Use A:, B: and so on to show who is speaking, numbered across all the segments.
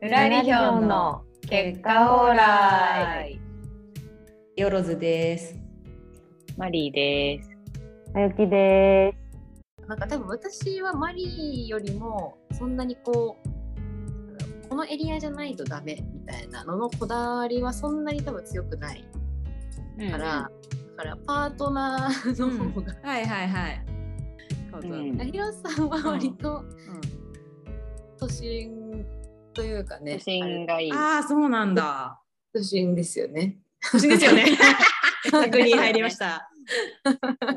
A: プラリヒョンの結果オーライ。
B: よろずです。
C: マリーです。
D: あゆきで
E: なんか多分私はマリーよりもそんなにこうこのエリアじゃないとダメみたいなののこだわりはそんなに多分強くないから、だからパートナーの方が、
A: はいはいはい。そうそう。
C: うん
E: ヒロさんは割と都心というかね
C: 写真がいい。
A: ああ、そうなんだ。
E: 都心ですよね。
A: 不審ですよね。 確認入りました。。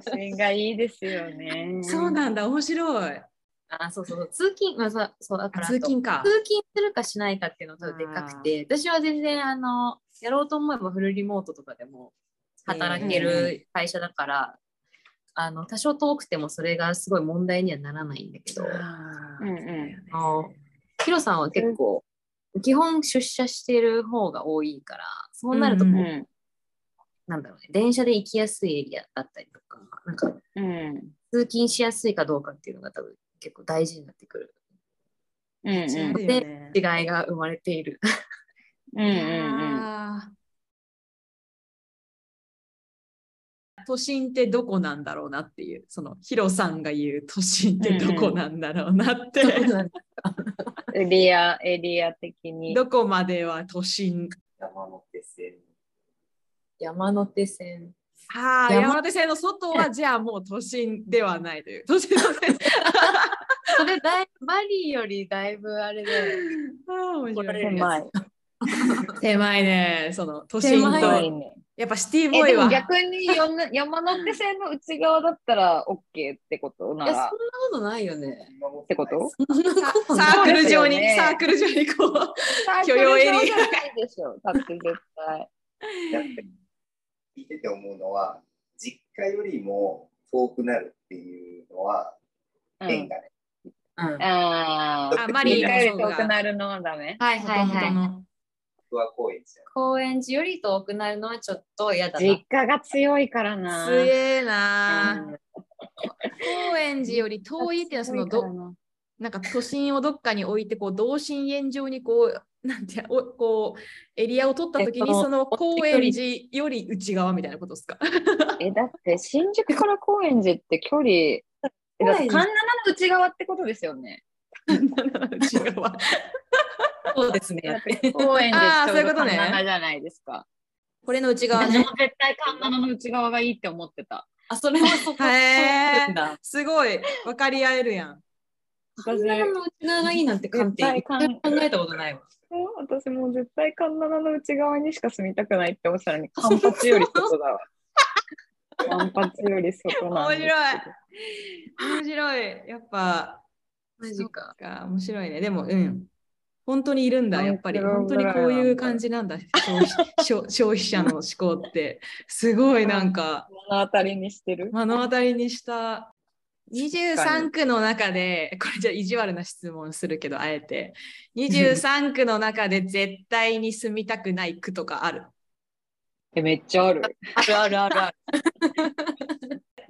C: 写真がいいですよね
A: そうなんだ、面白い。
E: あそうそうそう通勤まあそうそうだか
A: あ
E: ら
A: 通勤か。
E: 通勤するかしないかっていうのがでかくて私は全然あのやろうと思えばフルリモートとかでも働ける会社だから、あの多少遠くてもそれがすごい問題にはならないんだけど、
A: あー
C: うん
E: あのヒロさんは結構、基本出社してる方が多いからそうなるとこう、
A: うん
C: う
E: なんだろうね電車で行きやすいエリアだったりとかなんか
C: ん。うん。
E: 通勤しやすいかどうかっていうのが多分結構大事になってくる
C: うんうん
A: そうだよね
E: 違いが生まれて いる。
C: うんうん
A: あー都心ってどこなんだろうなっていうそのヒロさんが言う都心ってどこなんだろうなって、
C: うん。エリア、エリア的に。
A: どこまでは都心
B: 山手線。
E: 山手線
A: あー
E: 山
A: 山手線の外はじゃあもう都心ではないという都心の線
E: それだいバリーよりだいぶあれで
A: あー面白い
C: 狭い。
A: 狭いねその都心
E: 狭い
C: 狭
A: と
C: いね。
A: やっぱシティ
C: え、
A: ボー
C: で
A: イ
C: も
A: は
C: 逆によんな山手線の内側だったら OK ってことない
E: やそんな
C: ら。
E: ことないよね。
C: ってこと
A: サークル上に、
C: そうですよね
A: サークル上にこ う
C: 許容エリ
A: 許容エ
C: ア
A: リ
C: じ
A: ア
C: ゃないでしょ。だって絶対。
F: やっぱり聞いてて思うのは実家よりも遠くなるっていうのは
C: う
F: 縁
C: ん、
F: がね、
E: うん、はい
C: ああ。
A: あマリ
C: 切り
A: ー
C: 替
A: の
C: え
A: そう
C: ると
A: が
C: 多くなるのはダメ。
E: はい
A: 元々
E: はい。
A: の
F: 僕は高円寺
E: 高円寺より遠くなるのはちょっと嫌だな。
C: 実家が強いからな。
A: 強えな
C: うん
A: 高円寺より遠いっていうのはその どなんか都心をどっかに置いてこう同心円状にこうなんておこうエリアを取った時
E: えっ
A: に
E: と
A: その高円寺より内側みたいなこと ですか
C: え、だって新宿から高円寺って距離、えだって神奈川の内側ってことですよね。
A: 内側
E: そうですね。
C: 高円寺
A: あー
C: ち
A: そ
C: ょ
A: ういうう
C: ど
A: こ
C: 神
A: とね
C: 奈川じゃないですか。
A: これの内側
C: 私も
A: ね
C: 絶対神奈川の内側がいいって思ってた。
E: あそれは
A: へ
E: そこ。そう
A: ー
E: なんだ
A: すごい分かり合えるやん
E: こんなのうちのがいいなんて観点
C: 絶対観
E: 一回も考えたことないわ。
C: 私も絶対神奈川の内側にしか住みたくないっておっしゃるに、カンパチより外だわ。カンパチより外なん
A: 面
C: ですけ
A: 白
C: ど
A: い面白いやっぱ
E: マジか。
A: そっか面白いねでもうん本当にいるんだやっぱり
C: 何
A: 本当
C: キロ
A: に
C: ぐらいなんだ
A: こういう感じなんだ消費消消費者の思考ってすごいなんか
C: 目の当たりにしてる。
A: 目の当たりにした
C: か
A: 23
C: に
A: 区の中でこれじゃ意地悪な質問するけどあえて23区の中で絶対に住みたくない区とかある
C: え、めっちゃある。
E: あるあるあるある。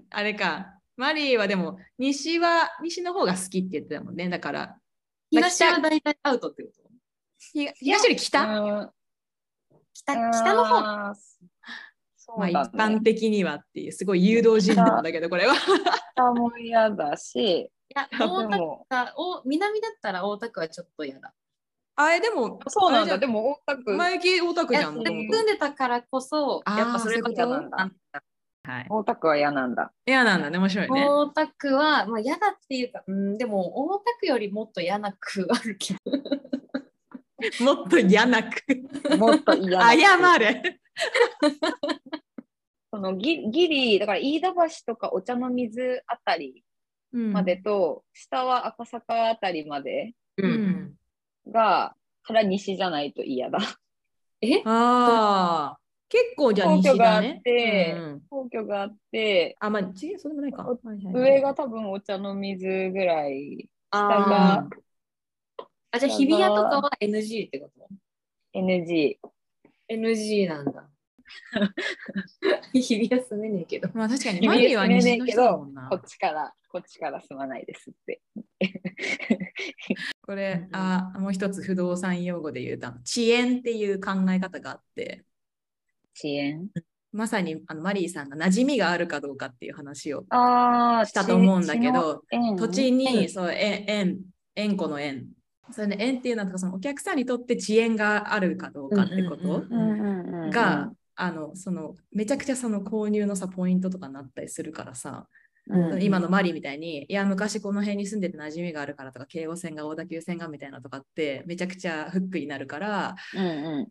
A: あれかマリーはでも西は西の方が好きって言ってたもんねだから
E: 東は大体アウトってこと。
A: 東東より北、
C: うん
E: 北北の方。
C: あーそう
A: まあ、一
C: だね
A: 般的にはっていうすごい誘導尋問だけどこれは
C: 北も嫌だし、
E: いや
C: で
E: 大田区
C: も、
E: がお南だったら大田区はちょっと嫌だ。
A: あれでも
C: そうなんだ、
A: あれじ
C: で
A: ゃ
C: も大田区、
A: 前行き大田区
E: い
A: じ
E: や
A: ゃ
E: で
A: んも
E: も
A: ともと
E: 住んでたからこそ
A: あー
E: やっぱそれが
A: そういうこと
E: なんだ。
A: はい
C: 大田区は嫌なんだ。
A: 嫌なんだね面白いね
E: 大田区は、まあ、嫌だっていうか、うん、でも大田区よりもっと嫌な区あるけど、
A: もっと嫌なく
C: もっと嫌な区
A: 謝れ
C: そのギギリ、だから飯田橋とかお茶の水あたりまでと、下は赤坂あたりまで
A: う、
E: うん
C: が、から西じゃないと嫌だ。
A: ああ結構じゃあ西だね
C: 皇居があって
A: うんうん
C: 皇居があって、
A: あまあちそうでもないか、はいはいはい
C: 上が多分お茶の水ぐらい、下
A: あ
C: が
A: ー
E: あじゃあ日比谷とかは NG ってこと
C: NG。
E: ?NG なんだ。 日々は住めねえけど。
A: まあ確かに、
C: 指
A: マリーは
C: はめね
A: 西
C: え
A: の
C: け
A: 人だ
C: ど
A: もんな
C: こ。っちからこっちから住まないですって。
A: これ、あ、もう一つ不動産用語で言うと、あの遅延っていう考え方があって、
C: 遅延
A: まさにあのマリーさんが馴染みがあるかどうかっていう話を
C: ああ
A: したと思うんだけど、土
C: 土
A: 地に、そう、え、円、円弧の円。それで円っていうのは、なんかそのお客さんにとって遅延があるかどうかってこ
E: うんうん
A: と
E: うん
A: が、あの、その、めちゃくちゃその購入のさ、ポイントとかになったりするからさ、
E: うん
A: 今のマリみたいに、いや、昔この辺に住んでて馴染みがあるからとか、京王線が小田急線がみたいなとかって、めちゃくちゃフックになるから、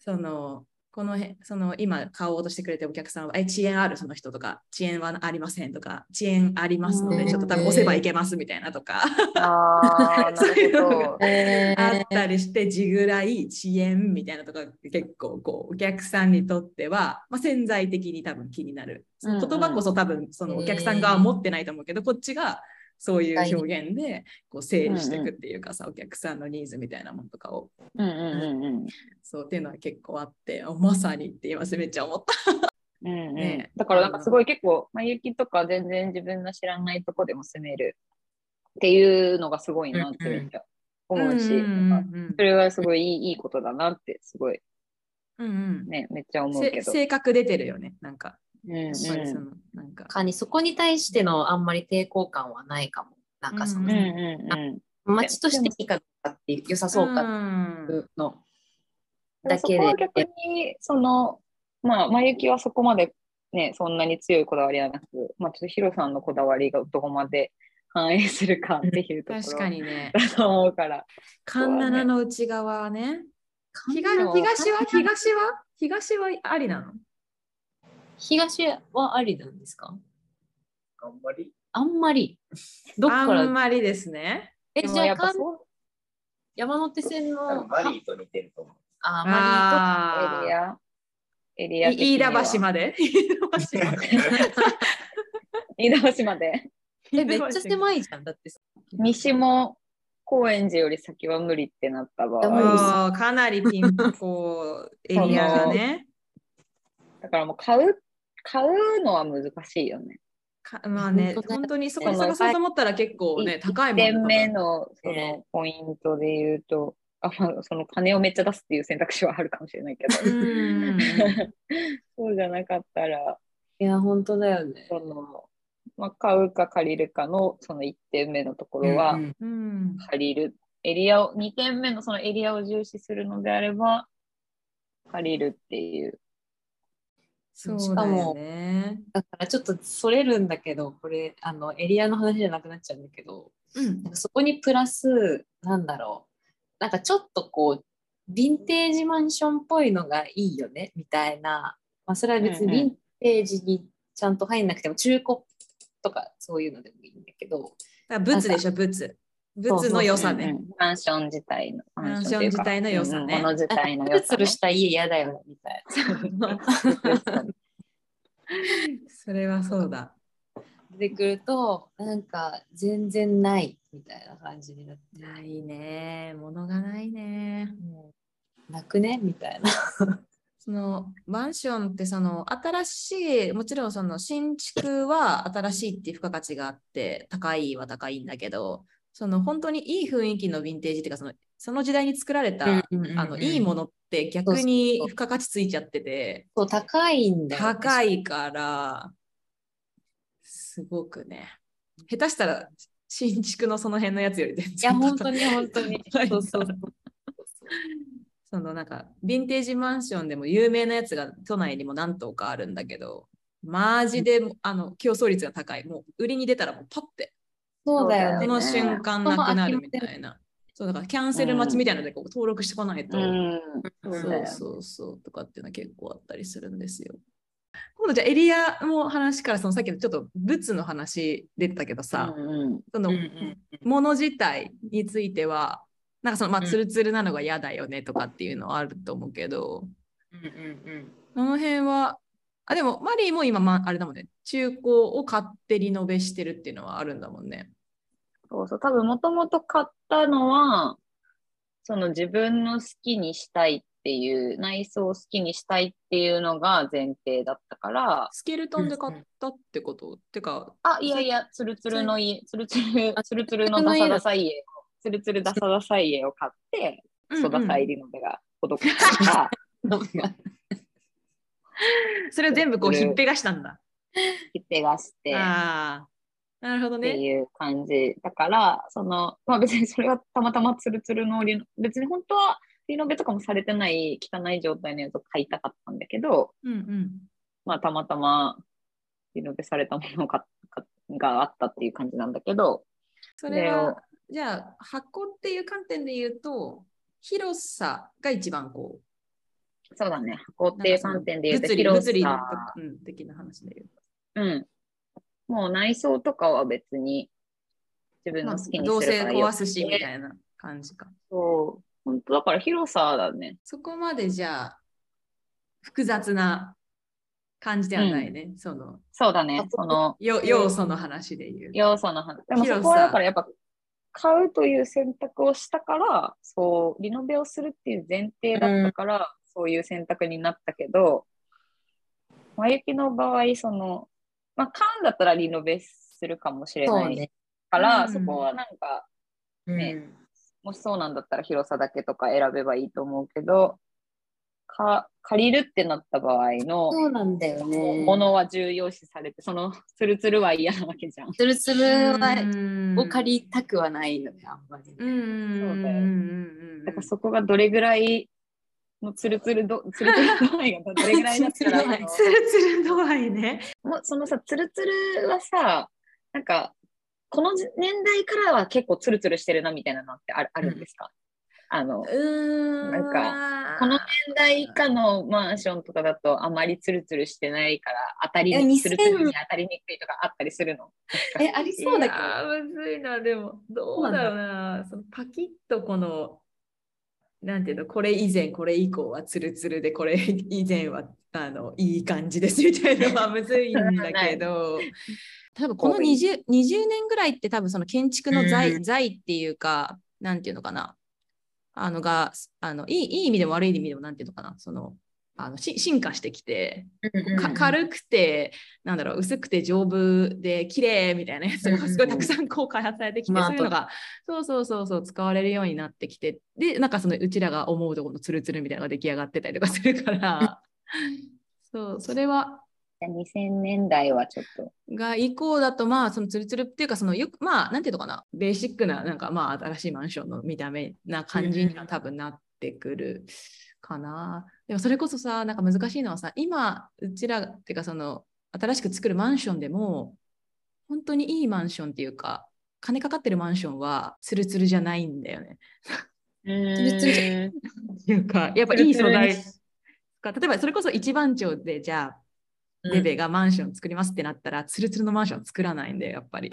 A: その、この辺、その今買おうとしてくれてるお客さんは、え、遅延あるその人とか、遅延はありませんとか、遅延ありますの
E: う
A: で、
E: ん
A: ちょっと多分押せばいけますみたいなとか、
C: ああ、なるほど。
E: え
A: あったりして、地ぐらい遅延みたいなとか、結構こう、お客さんにとっては、まあ、潜在的に多分気になる。その言葉こそ多分、そのお客さん側持ってないと思うけど、こっちがそういう表現で、こう、整理していくっていうかさ、お客さんのニーズみたいなものとかを、
C: うんうんうん
A: そうっていうのは結構あって、あまさにって言いますめっちゃ思った。
C: うんうんうん
A: ね
C: だからなんかすごい結構、まあ、雪とか全然自分の知らないとこでも住めるっていうのがすごいなってめっちゃ思うし、なんか
A: ん
C: それはすごいいいいいことだなってすごい
A: うん
C: ね、めっちゃ
A: うん
C: 思う
A: せ
C: けど。
A: 性格出てるよね、なんか。
C: うん
A: や
C: うん
A: っぱりその、なんか。
E: かにそこに対してのあんまり抵抗感はないかも。なんかそ
A: うん
E: の、
C: うんうんうん
E: 街としていいかどうかって良さそうかっ
A: ん
E: ていうの
C: で
E: だ
C: もそ
E: け
C: こ
E: で
C: は。逆に、その、まあ、まゆきはそこまでね、そんなに強いこだわりはなく、まあ、ちょっとヒロさんのこだわりがどこまで反映するかっていうところ
A: 確か にね。
C: だと思うから。
A: 環七の内側ね。東
E: 神奈川
A: 東は東は東はありなの
E: 東はありなんですか
F: あんまり
E: あんまり。どっ
A: あ
E: から
A: んまりですね。
E: え、
C: で
E: じ
C: も
E: ゃ
C: や
E: あ
C: っぱ
E: 関
C: そう
E: 山手線
F: 多
E: の
F: 分マリーと似てると思う。
E: あマ
A: あ
C: エリア、エリア
A: あ。
C: 的に
A: 飯
C: は。
A: 田橋まで。飯田橋まで
C: 飯田橋まで。
E: リとえめっちゃ狭いじゃんだってさ
C: 西も高円寺より先は無理ってなった場
E: やばい
C: 合、
A: あーかなりピンこうエリアがね。
C: だからもう買う、買うのは難しいよね。
A: かまあね
E: 本当、だ
A: 本当にそこ探そうと思ったら結構ね、高いも
C: 1
A: ん
C: 点目
A: ね。
C: のそのポイントで言うと、あまあ、その金をめっちゃ出すっていう選択肢はあるかもしれないけど、
A: うん。
C: そうじゃなかったら、
E: いや本当だよね
C: そのまあ、買うか借りるかのその1点目のところは
B: うん
A: うん
C: 借りる、エリアを、2点目のそのエリアを重視するのであれば、借りるっていう。
A: そうだよね。
E: だからちょっとそれるんだけどこれあのエリアの話じゃなくなっちゃうんだけど
A: うん
E: なんかそこにプラスなんだろうなんかちょっとこうヴィンテージマンションっぽいのがいいよねみたいな、まあ、それは別に
C: うん
E: ヴ
C: うん
E: ィンテージにちゃんと入んなくても中古とかそういうのでもいいんだけど
A: だから物でしょ、物。物の良さね。
C: うんうんマンション自体の。
A: マンション自体の良さね
C: マンションっていうかうんうん物
E: ツ
C: 自体の良
E: ル
C: さ
E: ツ
C: ね、
E: ルした家嫌だよねみたいな。
A: それはそうだ。
E: 出てくるとなんか全然ないみたいな感じになって
A: ないね。物がないね。
E: もうなくねみたいな。
A: そのマンションってその新しいもちろんその新築は新しいっていう付加価値があって高いは高いんだけどその本当にいい雰囲気のヴィンテージっていうかそのその時代に作られた、あのいいものって逆に
E: そうそうそう
A: 付加価値ついちゃってて
E: そう高いんだよ
A: 高
E: い
A: いからすごくね下手したら新築のその辺のやつより全
E: いや
A: 然
E: 本
A: 高
E: 当
A: い
E: に本当に
A: 高い
E: そうそうそう
A: そのなんか、ヴィンテージマンションでも有名なやつが都内にも何棟かあるんだけど、マジで、あの、競争率が高い。もう売りに出たらもうパッて、
E: そうだよ
A: こ
E: ね
A: の瞬間なくなるみたいな。そうだからキャンセル待ちみたいなのでこう登録してこないと、
C: うん、そう
A: そ
C: だ
A: う
C: よ
A: そうそうとかっていうのは結構あったりするんですよ。今度じゃあエリアの話からそのさっきのちょっと物の話出てたけどさ、
C: うん
A: その
E: うんうん
A: もの自体についてはなんかそのまあ
E: うん
A: ツルツルなのが嫌だよねとかっていうのはあると思うけど、
E: うんうんうん
A: その辺はあでもマリーも今、まあ、あれだもんね中古を買ってリノベしてるっていうのはあるんだもんね。
C: そうそう多分もともと買ったのはその自分の好きにしたいっっていう内装を好きにしたいっていうのが前提だったから
A: スケルトンで買ったってことってか、
C: あいやいやツルツルの家ツルツルツルツルのダサダサい家をツルツルダサダサい家を買って
A: うんう
C: 育
A: ん
C: サ入りの手が 施した
A: それを全部こうひっぺがしたんだ。
C: 切手がしてっ
A: ああなるほど
C: て
A: ね。
C: いう感じだからそのまあ別にそれはたまたまツルツルのリノ別に本当はリノベとかもされてない汚い状態のやつを買いたかったんだけど
A: うんうん
C: まあたまたまリノベされたものがががあったっていう感じなんだけど
A: それ
C: で
A: はじゃあ箱っていう観点で言うと広さが一番こう
C: そうだね箱っていう観点で言うと
A: 物理
C: 広
A: 物理の
C: さ
A: うん的な話で言うと。
C: うん。もう内装とかは別に自分の好きに
A: どう
C: する
A: せ
C: からよ
A: 壊すしみたいな感じか。
C: そう。本当だから広さだね。
A: そこまでじゃあ複雑な感じではないね。その
C: そうだね。その
A: よ要素の話で言う。
C: 要素の話。でも
A: 広さ
C: そこはだからやっぱ買うという選択をしたから、そう、リノベをするっていう前提だったから、そういう選択になったけど、まゆきの場合、その、まあ、買うんだったらリノベするかもしれ
E: そう
C: ない
E: ね。
C: から、
A: うん
C: そこはなんか、ね
E: うん
C: もしそうなんだったら広さだけとか選べばいいと思うけど、か借りるってなった場合の
E: そうなんだよね。
C: ものは重要視されて、そのツルツルは嫌なわけじゃん。
E: ツルツルはを
A: を
E: 借りたくはないよね、あんまり。
A: うんうんうんうんうん
C: だからそこがどれぐらいのツルツルど、ツルツル度合いがどれぐらいだったら、
A: ツル
C: あの
A: ツル度合いね。
C: もうそのさ、ツルツルはさ、なんか、このじ年代からは結構ツルツルしてるなみたいなのってあるあるんですか、あの、
A: うん
C: なんかこの年代以下のマンションとかだとあまりツルツルしてないから当たり
E: いや2000
C: ツルツルに当たりにくいとかあったりするの。
E: え、ありそうだけど。
A: あむずいな、でも、どうだろうな。そのパキッとこの、なんていうの、これ以前、これ以降はツルツルで、これ以前はあのいい感じですみたいなの はむずいんだけど。多分この 20, 20年ぐらいって多分その建築の財,、
E: うん
A: 財っていうかなんていうのかなあのがあのいいいい意味でも悪い意味でもなんていうのかなそのあのし進化してきてか軽くてなんだろう薄くて丈夫で綺麗みたいなやつ
E: うんう
A: が
E: ん
A: すごいたくさんこう開発されてきて、
E: まあ
A: そういうのがそうそうそうそう使われるようになってきてでなんかそのうちらが思うところのツルツルみたいなのが出来上がってたりとかするからそうそれは
C: 2000年代はちょっと。
A: が以降だとまあそのツルツルっていうかそのよくまあなんていうのかなベーシックななんかまあ新しいマンションの見た目な感じには多分なってくるかな、でもそれこそさなんか難しいのはさ今うちらっていうかその新しく作るマンションでも本当にいいマンションっていうか金かかってるマンションはツルツルじゃないんだよね。
E: ツルツ
C: ル
A: っていうかやっぱいい素
C: ツル
A: 材
C: ツ
A: が
C: ル
A: 例えばそれこそ一番町でじゃあ
E: うん
A: デベがマンション作りますってなったら、ツルツルのマンション作らないんだよやっぱり。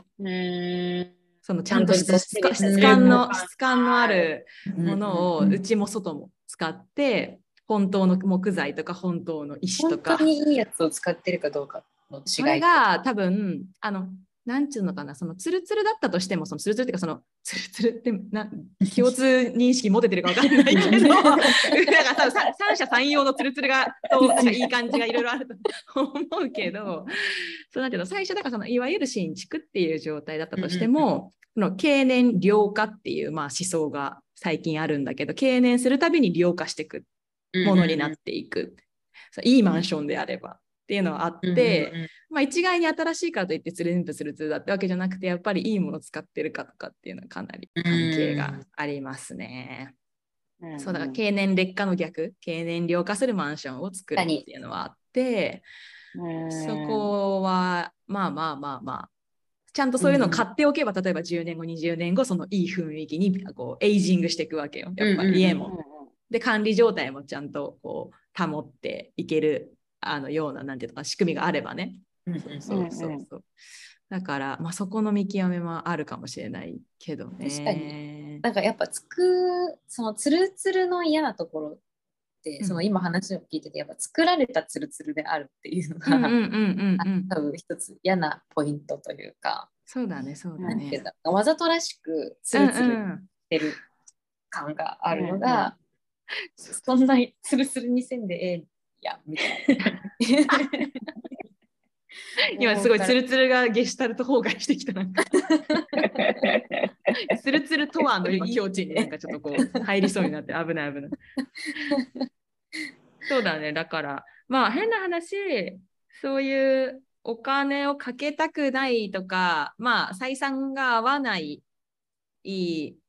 A: そのちゃんとし
C: ちゃ
A: た
C: んと
A: 質
C: した
A: 感
C: 質感
A: 質感の
C: うん
A: 質感のあるものを
E: うん
A: うちも外も使って本当の木材とか本当の石と
E: 本
A: か
E: 当にいいやつを使ってるかどうかの
A: そ
E: 違
A: れ
E: い。
A: が多分あのなんちゅうのかなそのツルツルだったとしてもそのツルツルっていうかそのツルツルってな共通認識持ててるかわかんないけどだから多分さ三者三様のツルツルが となんかいい感じがいろいろあると思うけどそうなんていうの最初だからそのいわゆる新築っていう状態だったとしても、その経年量化っていう、まあ、思想が最近あるんだけど経年するたびに量化していくものになっていく、そういいマンションであればっていうのはあって。まあ、一概に新しいからといって連れてするツだってわけじゃなくてやっぱりいいもの使ってるかとかっていうのはかなり関係がありますね。そうだから経年劣化の逆経年量化するマンションを作るっていうのはあってそこはまあまあまあまあちゃんとそういうのを買っておけば例えば10年後20年後そのいい雰囲気にこうエイジングしていくわけよやっぱり家も。で管理状態もちゃんとこう保っていけるあのようななんていうのか仕組みがあればね。 そうそうそう。
C: うん
A: だから、まあ、そこの見極めもあるかもしれないけどね。
E: 確かになんかやっぱつくそのツルツルの嫌なところって、
A: うん
E: その今話を聞いててやっぱ作られたツルツルであるっていうの
A: うんうん
E: が、
A: うんうんうん。
E: 多分一つ嫌なポイントというか、
A: そうだね、そうだ
E: なんていうん
A: ね。
E: だろうわざとらしくツルツ
A: うんう
E: ルし
A: ん
E: てる感があるのが、そんなスルスルにせんでええやみたいな。
A: 今すごいツルツルがゲシュタルト崩壊してきたなんか ツルツルとはの今境地になんかちょっとこう入りそうになって危ない危ないそうだねだからまあ変な話そういうお金をかけたくないとかまあ採算が合わない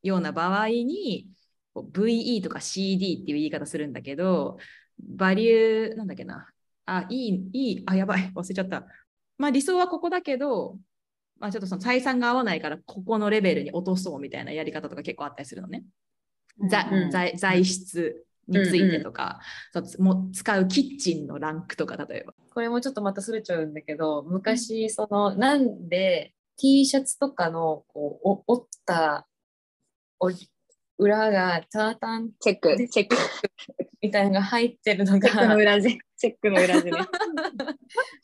A: ような場合にこう VE とか CD っていう言い方するんだけどバリューなんだっけなあいいいいあやばい忘れちゃったまあ理想はここだけど、まあ、ちょっとその採算が合わないからここのレベルに落とそうみたいなやり方とか結構あったりするのね。 ざ
E: うん
A: 材材質についてとか、そうも使うキッチンのランクとか例えば。
E: これもちょっとまたそれちゃうんだけど昔そのなんで T シャツとかのこうお折ったお裏がタータン
C: チェック、チェック、
E: みたいなのが入ってるの
C: チェックの
E: が
C: 裏地、チェックの裏地ね。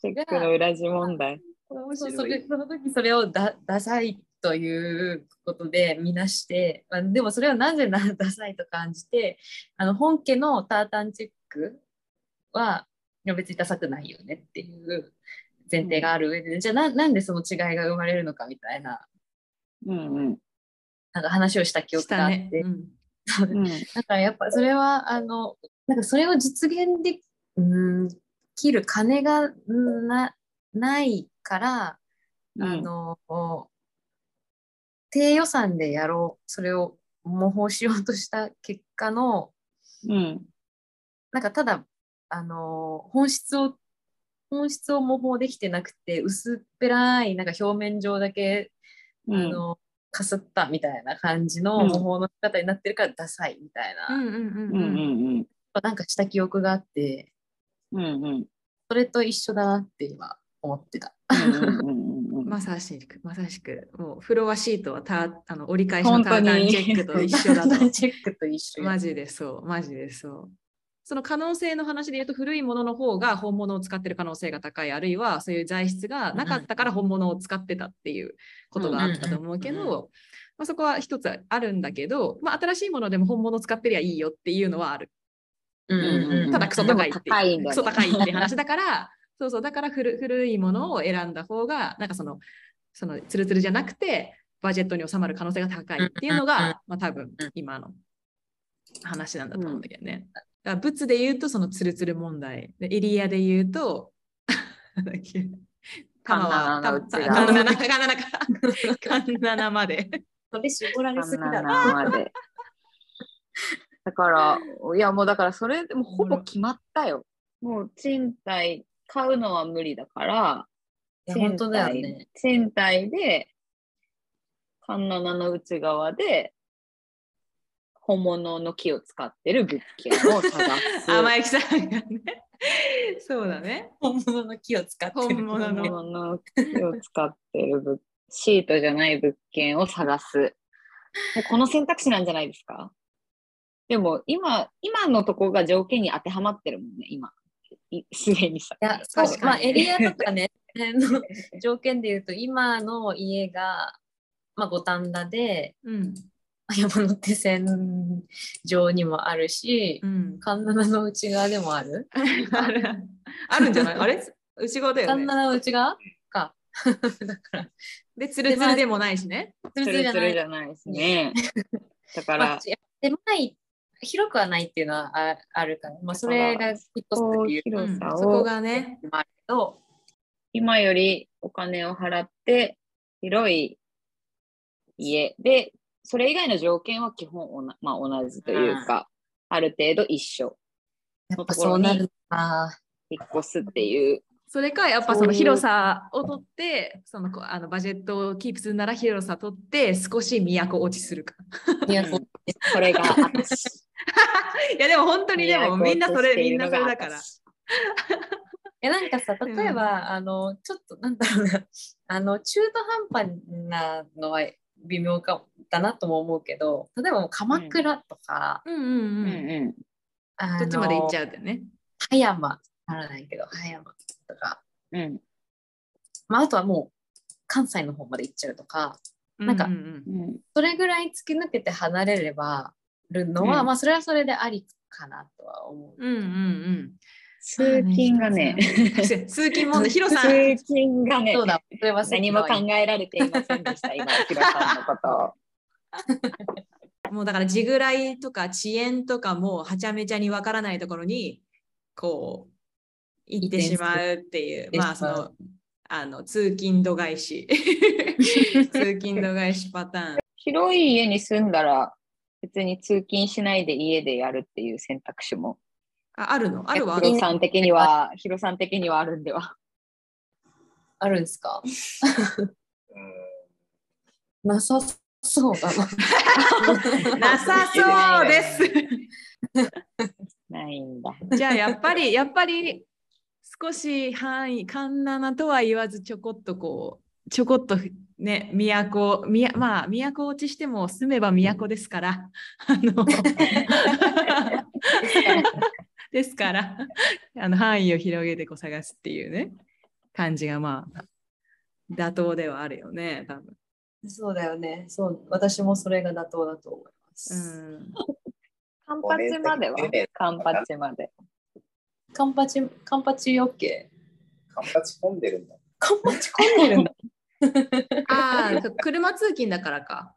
C: チェックの裏地問題。
E: そうそれその時それをだダサいということで見なして、まあ、でもそれはなぜなダサいと感じてあの本家のタータンチェックはいや別にダサくないよねっていう前提がある上で、じゃあななんでその違いが生まれるのかみたいな
C: うん
E: なんか話をした記憶があって、
A: うん
C: うん。
E: だからやっぱそれはあのなんかそれを実現でうん切る金がうんなないから、あの低予算でやろうそれを模倣しようとした結果の
C: うん。
E: なんかただあの本質を本質を模倣できてなくて薄っぺらいなんか表面上だけ
C: う
E: あ
C: ん。
E: のかすったみたいな感じの
C: うん
E: 模倣の仕方になってるからダサいみたいな、
A: うんうん
C: うん。うん。
E: なんかした記憶があって
C: うん。うん。
E: それと一緒だなって今思ってた。
A: まさしく、まさしく、もうフロアシートはたあの折り返しのタータ
C: 本当
A: ン
C: に
A: チェックと一緒だと。
E: チェックと一緒や
A: マジでそう、マジでそう。その可能性の話で言うと、古いものの方が本物を使ってる可能性が高い、あるいはそういう材質がなかったから本物を使ってたっていうことがあったと思うけ
E: うんうんうん
A: ど、まあ、そこは一つあるんだけど、まあ、新しいものでも本物を使ってりゃいいよっていうのはある。
E: うんうんうん
A: ただクソ高いっていう。
C: でも高いんだよね
A: クソ高いって話だから、 そうそう、だから古古いものを選んだ方が、なんかその、そのツルツルじゃなくて、バジェットに収まる可能性が高いっていうの
E: うんうんうん
A: が、まあ多分今の話なんだと思うんだけどね。だから物で言うとそのツルツル問題。でエリアで言うと、 なんだっけ
C: カンナナ
A: カ
C: の
A: ン
C: うちが
A: ナナカンナナかカンナナまで。
E: それ絞られすぎだな。
C: なまで。だから、いやもうだからそれでもほぼ決まったよ。もう賃貸買うのは無理だから、
E: いや本当だよね。
C: 賃貸で、カンナナの内側で、本物の木を使ってる物件を探す。
A: 甘い木さんがね。そうだね。
E: 本物の木を使ってる。
A: 本物
C: 本
A: の
C: 物の木を使ってる物シートじゃない物件を探す。もうこの選択肢なんじゃないですかでも今、今のとこが条件に当てはまってるもんね、今。いすでにさ。
E: いや、そう、
A: 確
E: ま
A: か
E: あ
A: にね
E: エリアとかね、 の条件で言うと、今の家が、まあ、五反田で、
A: うん。
E: 山手線上にもあるし
A: う、ん。
E: 神奈川の内側でもある。
A: ある あるんじゃないあれ内側だよね。
E: 神奈川の内側か。 だから、
A: で、ツルツルでもないしね。
E: それ
C: ツ
E: それ
C: ル
E: じゃ
C: ツ
E: な
C: ル
E: い
C: じ。ゃないですね。だか
E: ま
C: ら
E: あ、、狭い広くはないっていうのはああるから、まあ、それが一つ
C: こう
E: っていう
A: う
C: 広
A: ん
C: さ
A: そこ
C: を
A: がね。
E: のもあるけど、
C: 今よりお金を払って、広い家で、それ以外の条件は基本おな、まあ、同じというか、ある程度一緒。
E: やっぱそうなるな。
C: 引っ越すっていう
A: それか、やっぱその広さをとって、そのこあのバジェットをキープするなら広さとって、少し都落ちするか。
E: いやそう
C: それが私。
A: いや、でも本当にでもみんなそれ、みんなそれだから。
E: えなんかさ、例えば、あの、ちょっとなんだろうな、 あの、中途半端なのは微妙かだなとも思うけど、例えばもう鎌倉とか、
A: うんうん
C: うん
A: うん。
C: う
E: あ
A: どっちまで行っち
E: う
A: ゃうんだよね。
E: 葉山、ならないけど、葉山とか、
C: んうん
E: まあ、あとはもう関西の方まで行っちゃうとか、なんか
A: うう
C: うん
E: それぐらい突き抜けて離れればるのは、
C: うん
E: まあそれはそれでありかなとは思う。
A: うんうんうん。
C: 通勤がね、
A: 通勤問題、ヒロさん、
C: 通勤がね、
E: そうだ、それは
C: 何も考えられていませんでした、 今、ヒロさんのこと。
A: もうだから地ぐらいとか遅延とかもうはちゃめちゃにわからないところにこう行ってしまうっていう
E: 移転
A: まあ
E: して
A: そのあの通勤度外 視通勤度外視パターン
C: 広い家に住んだら、別に通勤しないで家でやるっていう選択肢も、
A: ああるのあるわ
C: ヒロさん的には、ヒロさん的にはあるんでは。
E: あるんですか
F: うん
E: なさそうだな。
A: なさそうです
C: ないんだ。
A: じゃあやっぱりや っぱり少し範囲環七とは言わずちょこっとこうちょこっとね都みやまあ都落ちしても住めば都ですからあの ですからあの範囲を広げてこう探すっていうね感じがまあ妥当ではあるよね多分。
E: そうだよね。そう、私もそれが妥当だと思います。
A: うん
C: カンパチまではカンパチまで。
E: カンパチ、カンパチ OK。
F: カンパチ混んでるんだ。
E: カンパチ混ん でるんだ。
A: ああ車通勤だからか。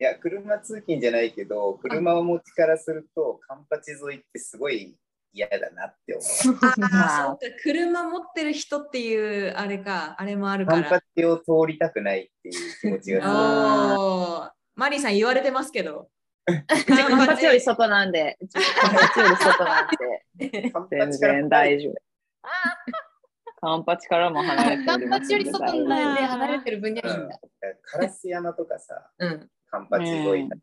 F: いや、車通勤じゃないけど、車を持ちからすると、カンパチ沿いってすごい嫌だなって思う。
A: あ
C: ま
A: あ、そ
C: あ
A: うか、車持ってる人っていうあれか、あれもある
F: カ
A: か
F: ンパ
A: ら。
F: チを通りたくないっていう気 持ちがする。
A: おーマリーさん言われてますけど。
C: カンパチより外なん で、うちカンパチより外なんで、
F: カンパ
C: 全
F: チから
C: 然大丈夫。カンパチからも離れて
E: カ
C: おり
E: ン
C: ま
E: パ
C: す
E: チより外にな
A: る
E: んで離れてる分にはいいんだ。
F: カラス山とかさ、
E: うん。
F: カンパチ沿いだ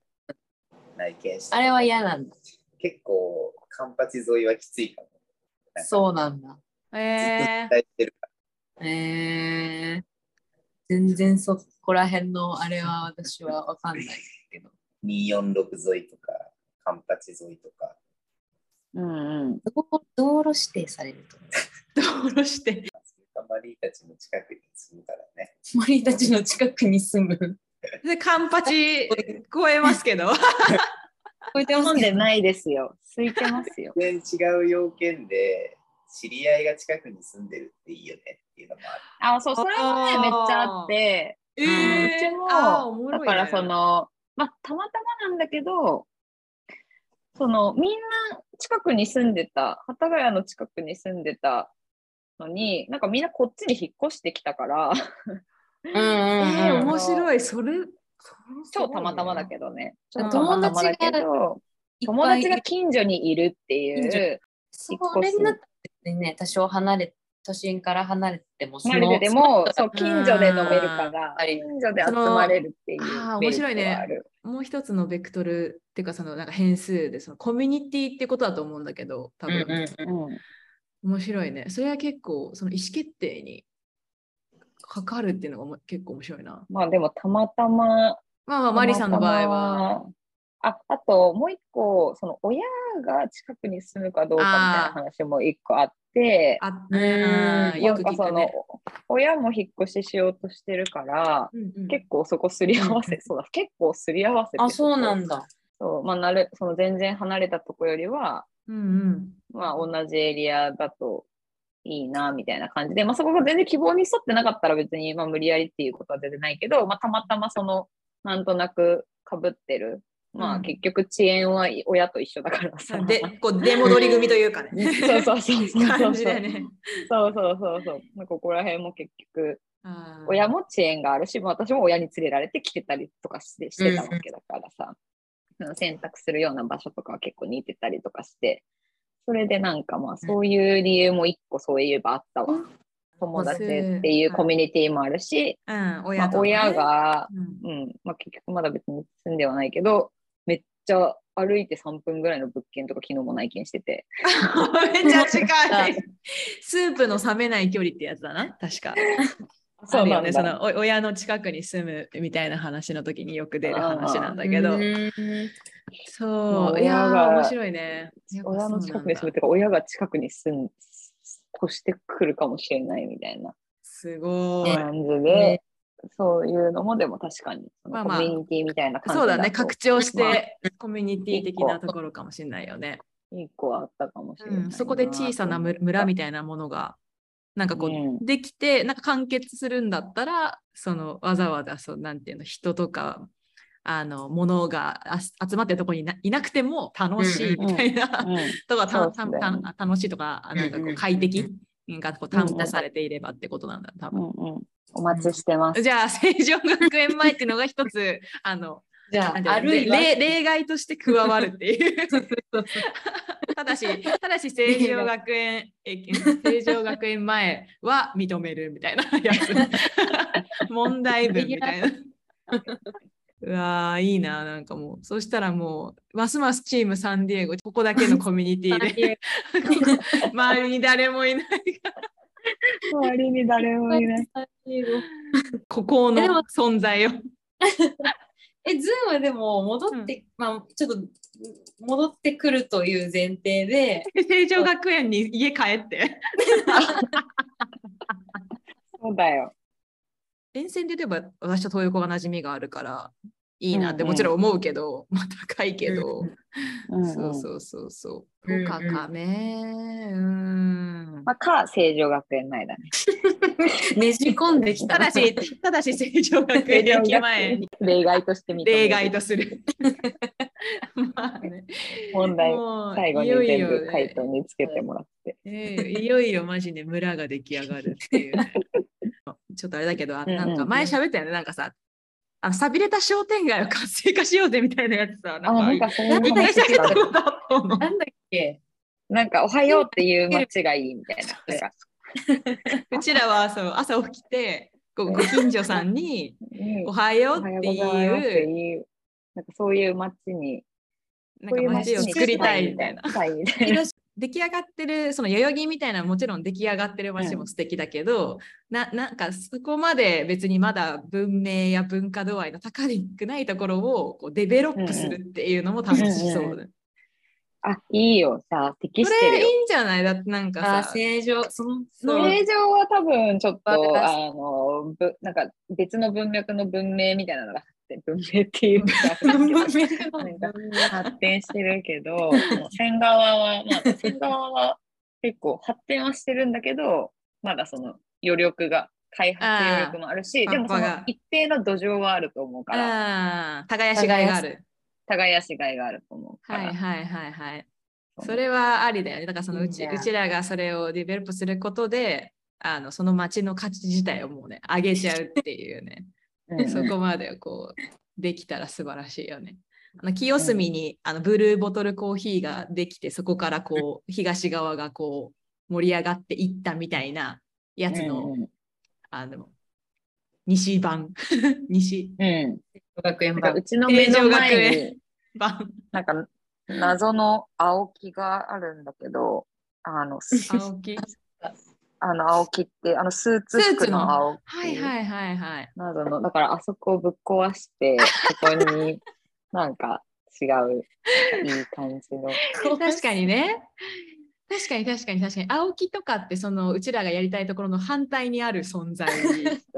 F: 内見して、
E: あれは嫌なんだ。
F: 結構カンパチ沿いはきついかも。
E: そうなんだ。
A: え
F: 絶対してる
E: えー、全然そこら辺のあれは私はわかんないけど。
F: 246沿いとか、カンパチ沿いとか。
C: うんうん。
E: 道道路指定されると思
A: ー、どうして。
F: あまりたちの近くに住むからね。
E: う。森たちの近くに住む。聞
A: で、カンパチ超えますけど。
E: こえて
C: 飲んでないですよ。空いてますよ。
F: 全然違う要件で、知り合いが近くに住んでるっていいよねっていうのもある。
C: あ、そう、それもね、
A: あー
C: めっちゃあって、
A: え
C: うちも
A: あーおもろい
C: だ
A: ね
C: からその、まあ、たまたまなんだけど、その、みんな近くに住んでた、幡ヶ谷の近くに住んでたのに、なんかみんなこっちに引っ越してきたから、
A: えー、面
C: い。
A: 白い。それ、
C: 超たまたまだけどね。
E: う
C: 超
E: ん
C: たまたまだけど、友達が近所にいるっていう、
E: それになったらね、多少離れ、都心から離れても、その
C: 離れてでも、
E: そ
C: そうう、近所で飲めるから、
E: うん
C: 近所で集まれるっていうメリット
A: あ
C: はある。
A: ー面白いねもう一つのベクトルっていうか、そのなんか変数で、そのコミュニティってことだと思うんだけど、多
E: うん
A: 分、
E: うんう
C: う
E: ん
C: ん。
A: 面白いね。それは結構、その意思決定にかかるっていうのがおも結構面白いな。
C: まあでも、たまたま。
A: まあまあ、マリさんの場合
C: たま
A: は。
C: たま。あ、あと、もう一個、その、親が近くに住むかどうかみたいな話も一個あって、
A: あ
E: ー
A: うんよく
C: なん
A: 聞
C: か
A: くね
C: その。、親も引っ越ししようとしてるから、
A: うんうん
C: 結構そこすり合わせ、そうだ、結構すり合わせて
E: あ、そうなんだ。
C: そう、まあ、なる、その全然離れたとこよりは、
A: うん
C: まあ、同じエリアだといいな、みたいな感じで、まあ、そこが全然希望に沿ってなかったら別に、まあ、無理やりっていうことは出てないけど、まあ、たまたまその、なんとなく被ってる。ま
A: う
C: あ、
A: ん
C: 結局、遅延は親と一緒だからさ。
A: うん。で、こう出戻り組というかね。
C: そうそうそうそうそう。
A: 感じだよね。
C: そうそうそうそう。まあここら辺も結局、
A: あー
C: 親も遅延があるし、まあ、私も親に連れられて来てたりとかしてしてたわけだからさ、その選択するような場所とかは結構似てたりとかして、それでなんかまあそういう理由も一個そういえばあったわ。友達っていうコミュニティもあるし、
A: うん、
C: ま
A: 親
C: あ、
A: とね
C: 親、が、
A: うん
C: うんまあ、結局まだ別に住んではないけど、めっちゃ歩いて3分ぐらいの物件とか昨日も内見してて、
A: めっちゃ近 い。スープの冷めない距離ってやつだな、確か。あるよね、そのお親の近くに住むみたいな話の時によく出る話なんだけど
E: う。ーん
A: そ
C: まあ
A: う、いや
C: 親が
A: ー、面白いね。
C: 親の近くに住む
A: む
C: っていうか、親が近くに住ん越してくるかもしれないみたいな
A: すごい。
C: 感じで、
E: ね
C: そういうのもでも確かに、そ
A: まあ
C: のコ
A: まあ
C: ミュニティみたいな感じ
A: そうだね、
C: と
A: 拡張し
C: まあ
A: てコミュニティ的なところかもしれないよね。
C: いい子はあったかもしれないな、
A: うん、そこで小さなむ村みたいなものがなんかこう、
C: うん
A: できてなんか完結するんだったらそのわざわざそうなんていうの人とかあの物があ集まってるとこにいないなくても楽しいみたいな、
C: うん、
A: とかた
C: そ
A: た
C: うですね
A: た楽しいとかあなんか
E: うん
A: こ
E: うん
A: う快適がこう担保されていればってことなんだ多
C: う
A: 分。
C: んうん、お待ちしてます。
A: じゃあ成城学園前っていうのが一つあの
E: じゃ
A: あるい例例外として加わるっていう。ただ し、ただし、成城学園、え成城学園前は認めるみたいな や つ。問題文みたいな。うわーいいな、なんかもう。そしたらもう、ますますチームサンディエゴ、ここだけのコミュニティで、 周りに誰もいない、
C: 周りに誰もいない。
A: 孤高の存在を。
E: え、ズームでも戻って、まあ、ちょっと戻ってくるという前提で、
A: 成城学園に家帰って。
C: そうだよ。
A: 沿線で言えば私と東横が馴染みがあるからいいなって
C: うんうん
A: もちろん思うけど、 まあ高いけど、
C: うんうん
A: そうそうそうそう、
E: うんうん
A: 福岡かねうん、
C: まあ、か、成城学園前だね。
E: ねじ込んできた
A: た
E: な
A: だしただし成城学園駅前に
C: 例外として見
A: 例外とする まあね
C: 問題
A: もう
C: 最後に
A: いよい
C: 全
A: よ
C: 部
A: ね
C: 回答につけてもらって。
A: ええいよいよマジで村が出来上がるって いう。ちょっとあれだけど、あ
C: うんうん
A: なんか前喋ったよね、なんかさ、あの、寂れた商店街を活性化しようぜみたいなやつさ、な
C: あ、なん
A: んか、
C: かそういう
A: 一回
C: 話
A: 喋
C: し
A: った
C: た。
A: ことあったの。
E: なんだっけ
C: なんか、おはようっていう街がいいみたいな。なんか
A: うちらはそう朝起きて、こうご近所さんに、
C: うん
A: おはよう
C: おはよ
A: っ
C: う
A: て
C: ございますって
A: いう、
C: いう。なんかそういう街に、
A: なん
C: そう
A: か
C: いう
A: 街を
C: 街に
A: 作りたいみたいな。
C: したいみたいな。
A: 出来上がってるその代々木みたいなもちろん出来上がってる街も素敵だけど、ななんかそこまで別にまだ文明や文化度合いの高くないところをこうデベロップするっていうのも楽しそう、
C: うんうんあ、いいよ。さ、適
A: そ
C: して
A: れ
C: る
A: い
C: よ。
A: いんじゃないだってなん
E: あ
A: か
E: ー、
A: さ
E: 正常、その、
A: そう
C: 正常は多分ちょっ
E: わかり
C: と、
E: ま
C: あの、ぶなんか別の文脈の文明みたいなのがあって、文明っていうか、なんか発展してるけど、線側は、まあ、線側は結構発展はしてるんだけど、まだその余力が、開発余力もあるし、
A: あー
C: でもそ
A: 葉っぱ
C: の
A: が
C: 一定の土壌はあると思うから、
A: あー耕しがいがある。
C: 耕しがいがあると思うか
A: はい
C: ら。
A: はいはいはい。
C: そう
A: それはありだよね。だからそのうち
E: いいね
A: うちらがそれをデベロップすることで、あのその街の価値自体をもうね、上げちゃうっていうね。
C: うんう
A: で
C: ん
A: そこまでこうできたら素晴らしいよね。あの清澄にあのブルーボトルコーヒーができてそこからこう東側がこう盛り上がっていったみたいなやつの,、
C: うん
A: あの西版 西
C: うんうん
E: 学園
C: なんか
E: 版
C: う。ちの目の前
A: 成城学
C: に
A: 版
C: なんか謎の青木があるんだけど、あの、す
A: 青木
C: あの青木って、あのスーツ服の青木。
A: はいはいはいはい。
C: 謎の、だからあそこをぶっ壊して、そこ になんか違う、なんかいい感じの。
A: 確かにね。確かに確かに確かに青木とかってそのうちらがやりたいところの反対にある存 在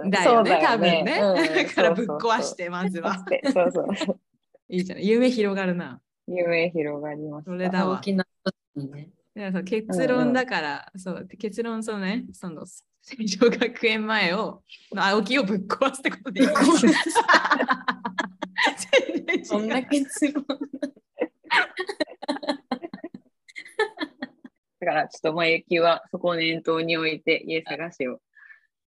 A: だ
C: そ
A: よ
C: う
A: ね
C: だよ
A: 多分ね、
C: うん
A: だからぶっ壊し
C: そうそうそう
A: てまず
C: ぶっ
A: は
C: 壊してそうそうそう。
A: いいじゃない夢広がるな
C: 夢広がりました。
A: それだわ
E: 沖縄にね。
A: いやそう結論だから、そう結論そうねその成城学園前をの青木をぶっ壊すってこと でいい全
E: そ
A: 然
E: ん
A: 違
E: な
A: う
E: 結論。
C: だからちょっと前行きはそこを念頭に置いて家探しを。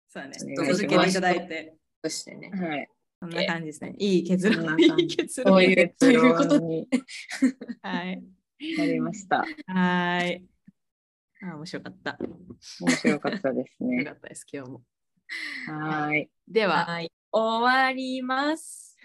A: そうね
C: お願いしま
A: 続けて
C: す
A: いただいて
E: としてね。
C: はい。
A: そんな感じですねいい結
C: そんな
A: 論
C: 感じ
A: いい結
E: そ
A: 論
E: ういうそういうこと
C: 結論に
A: はい
C: なりました。
A: はーいあ面白かった
C: 面白かったです
A: よ
C: ね
A: か。ったです今日も
C: はーい。
A: では
E: はい。終わります。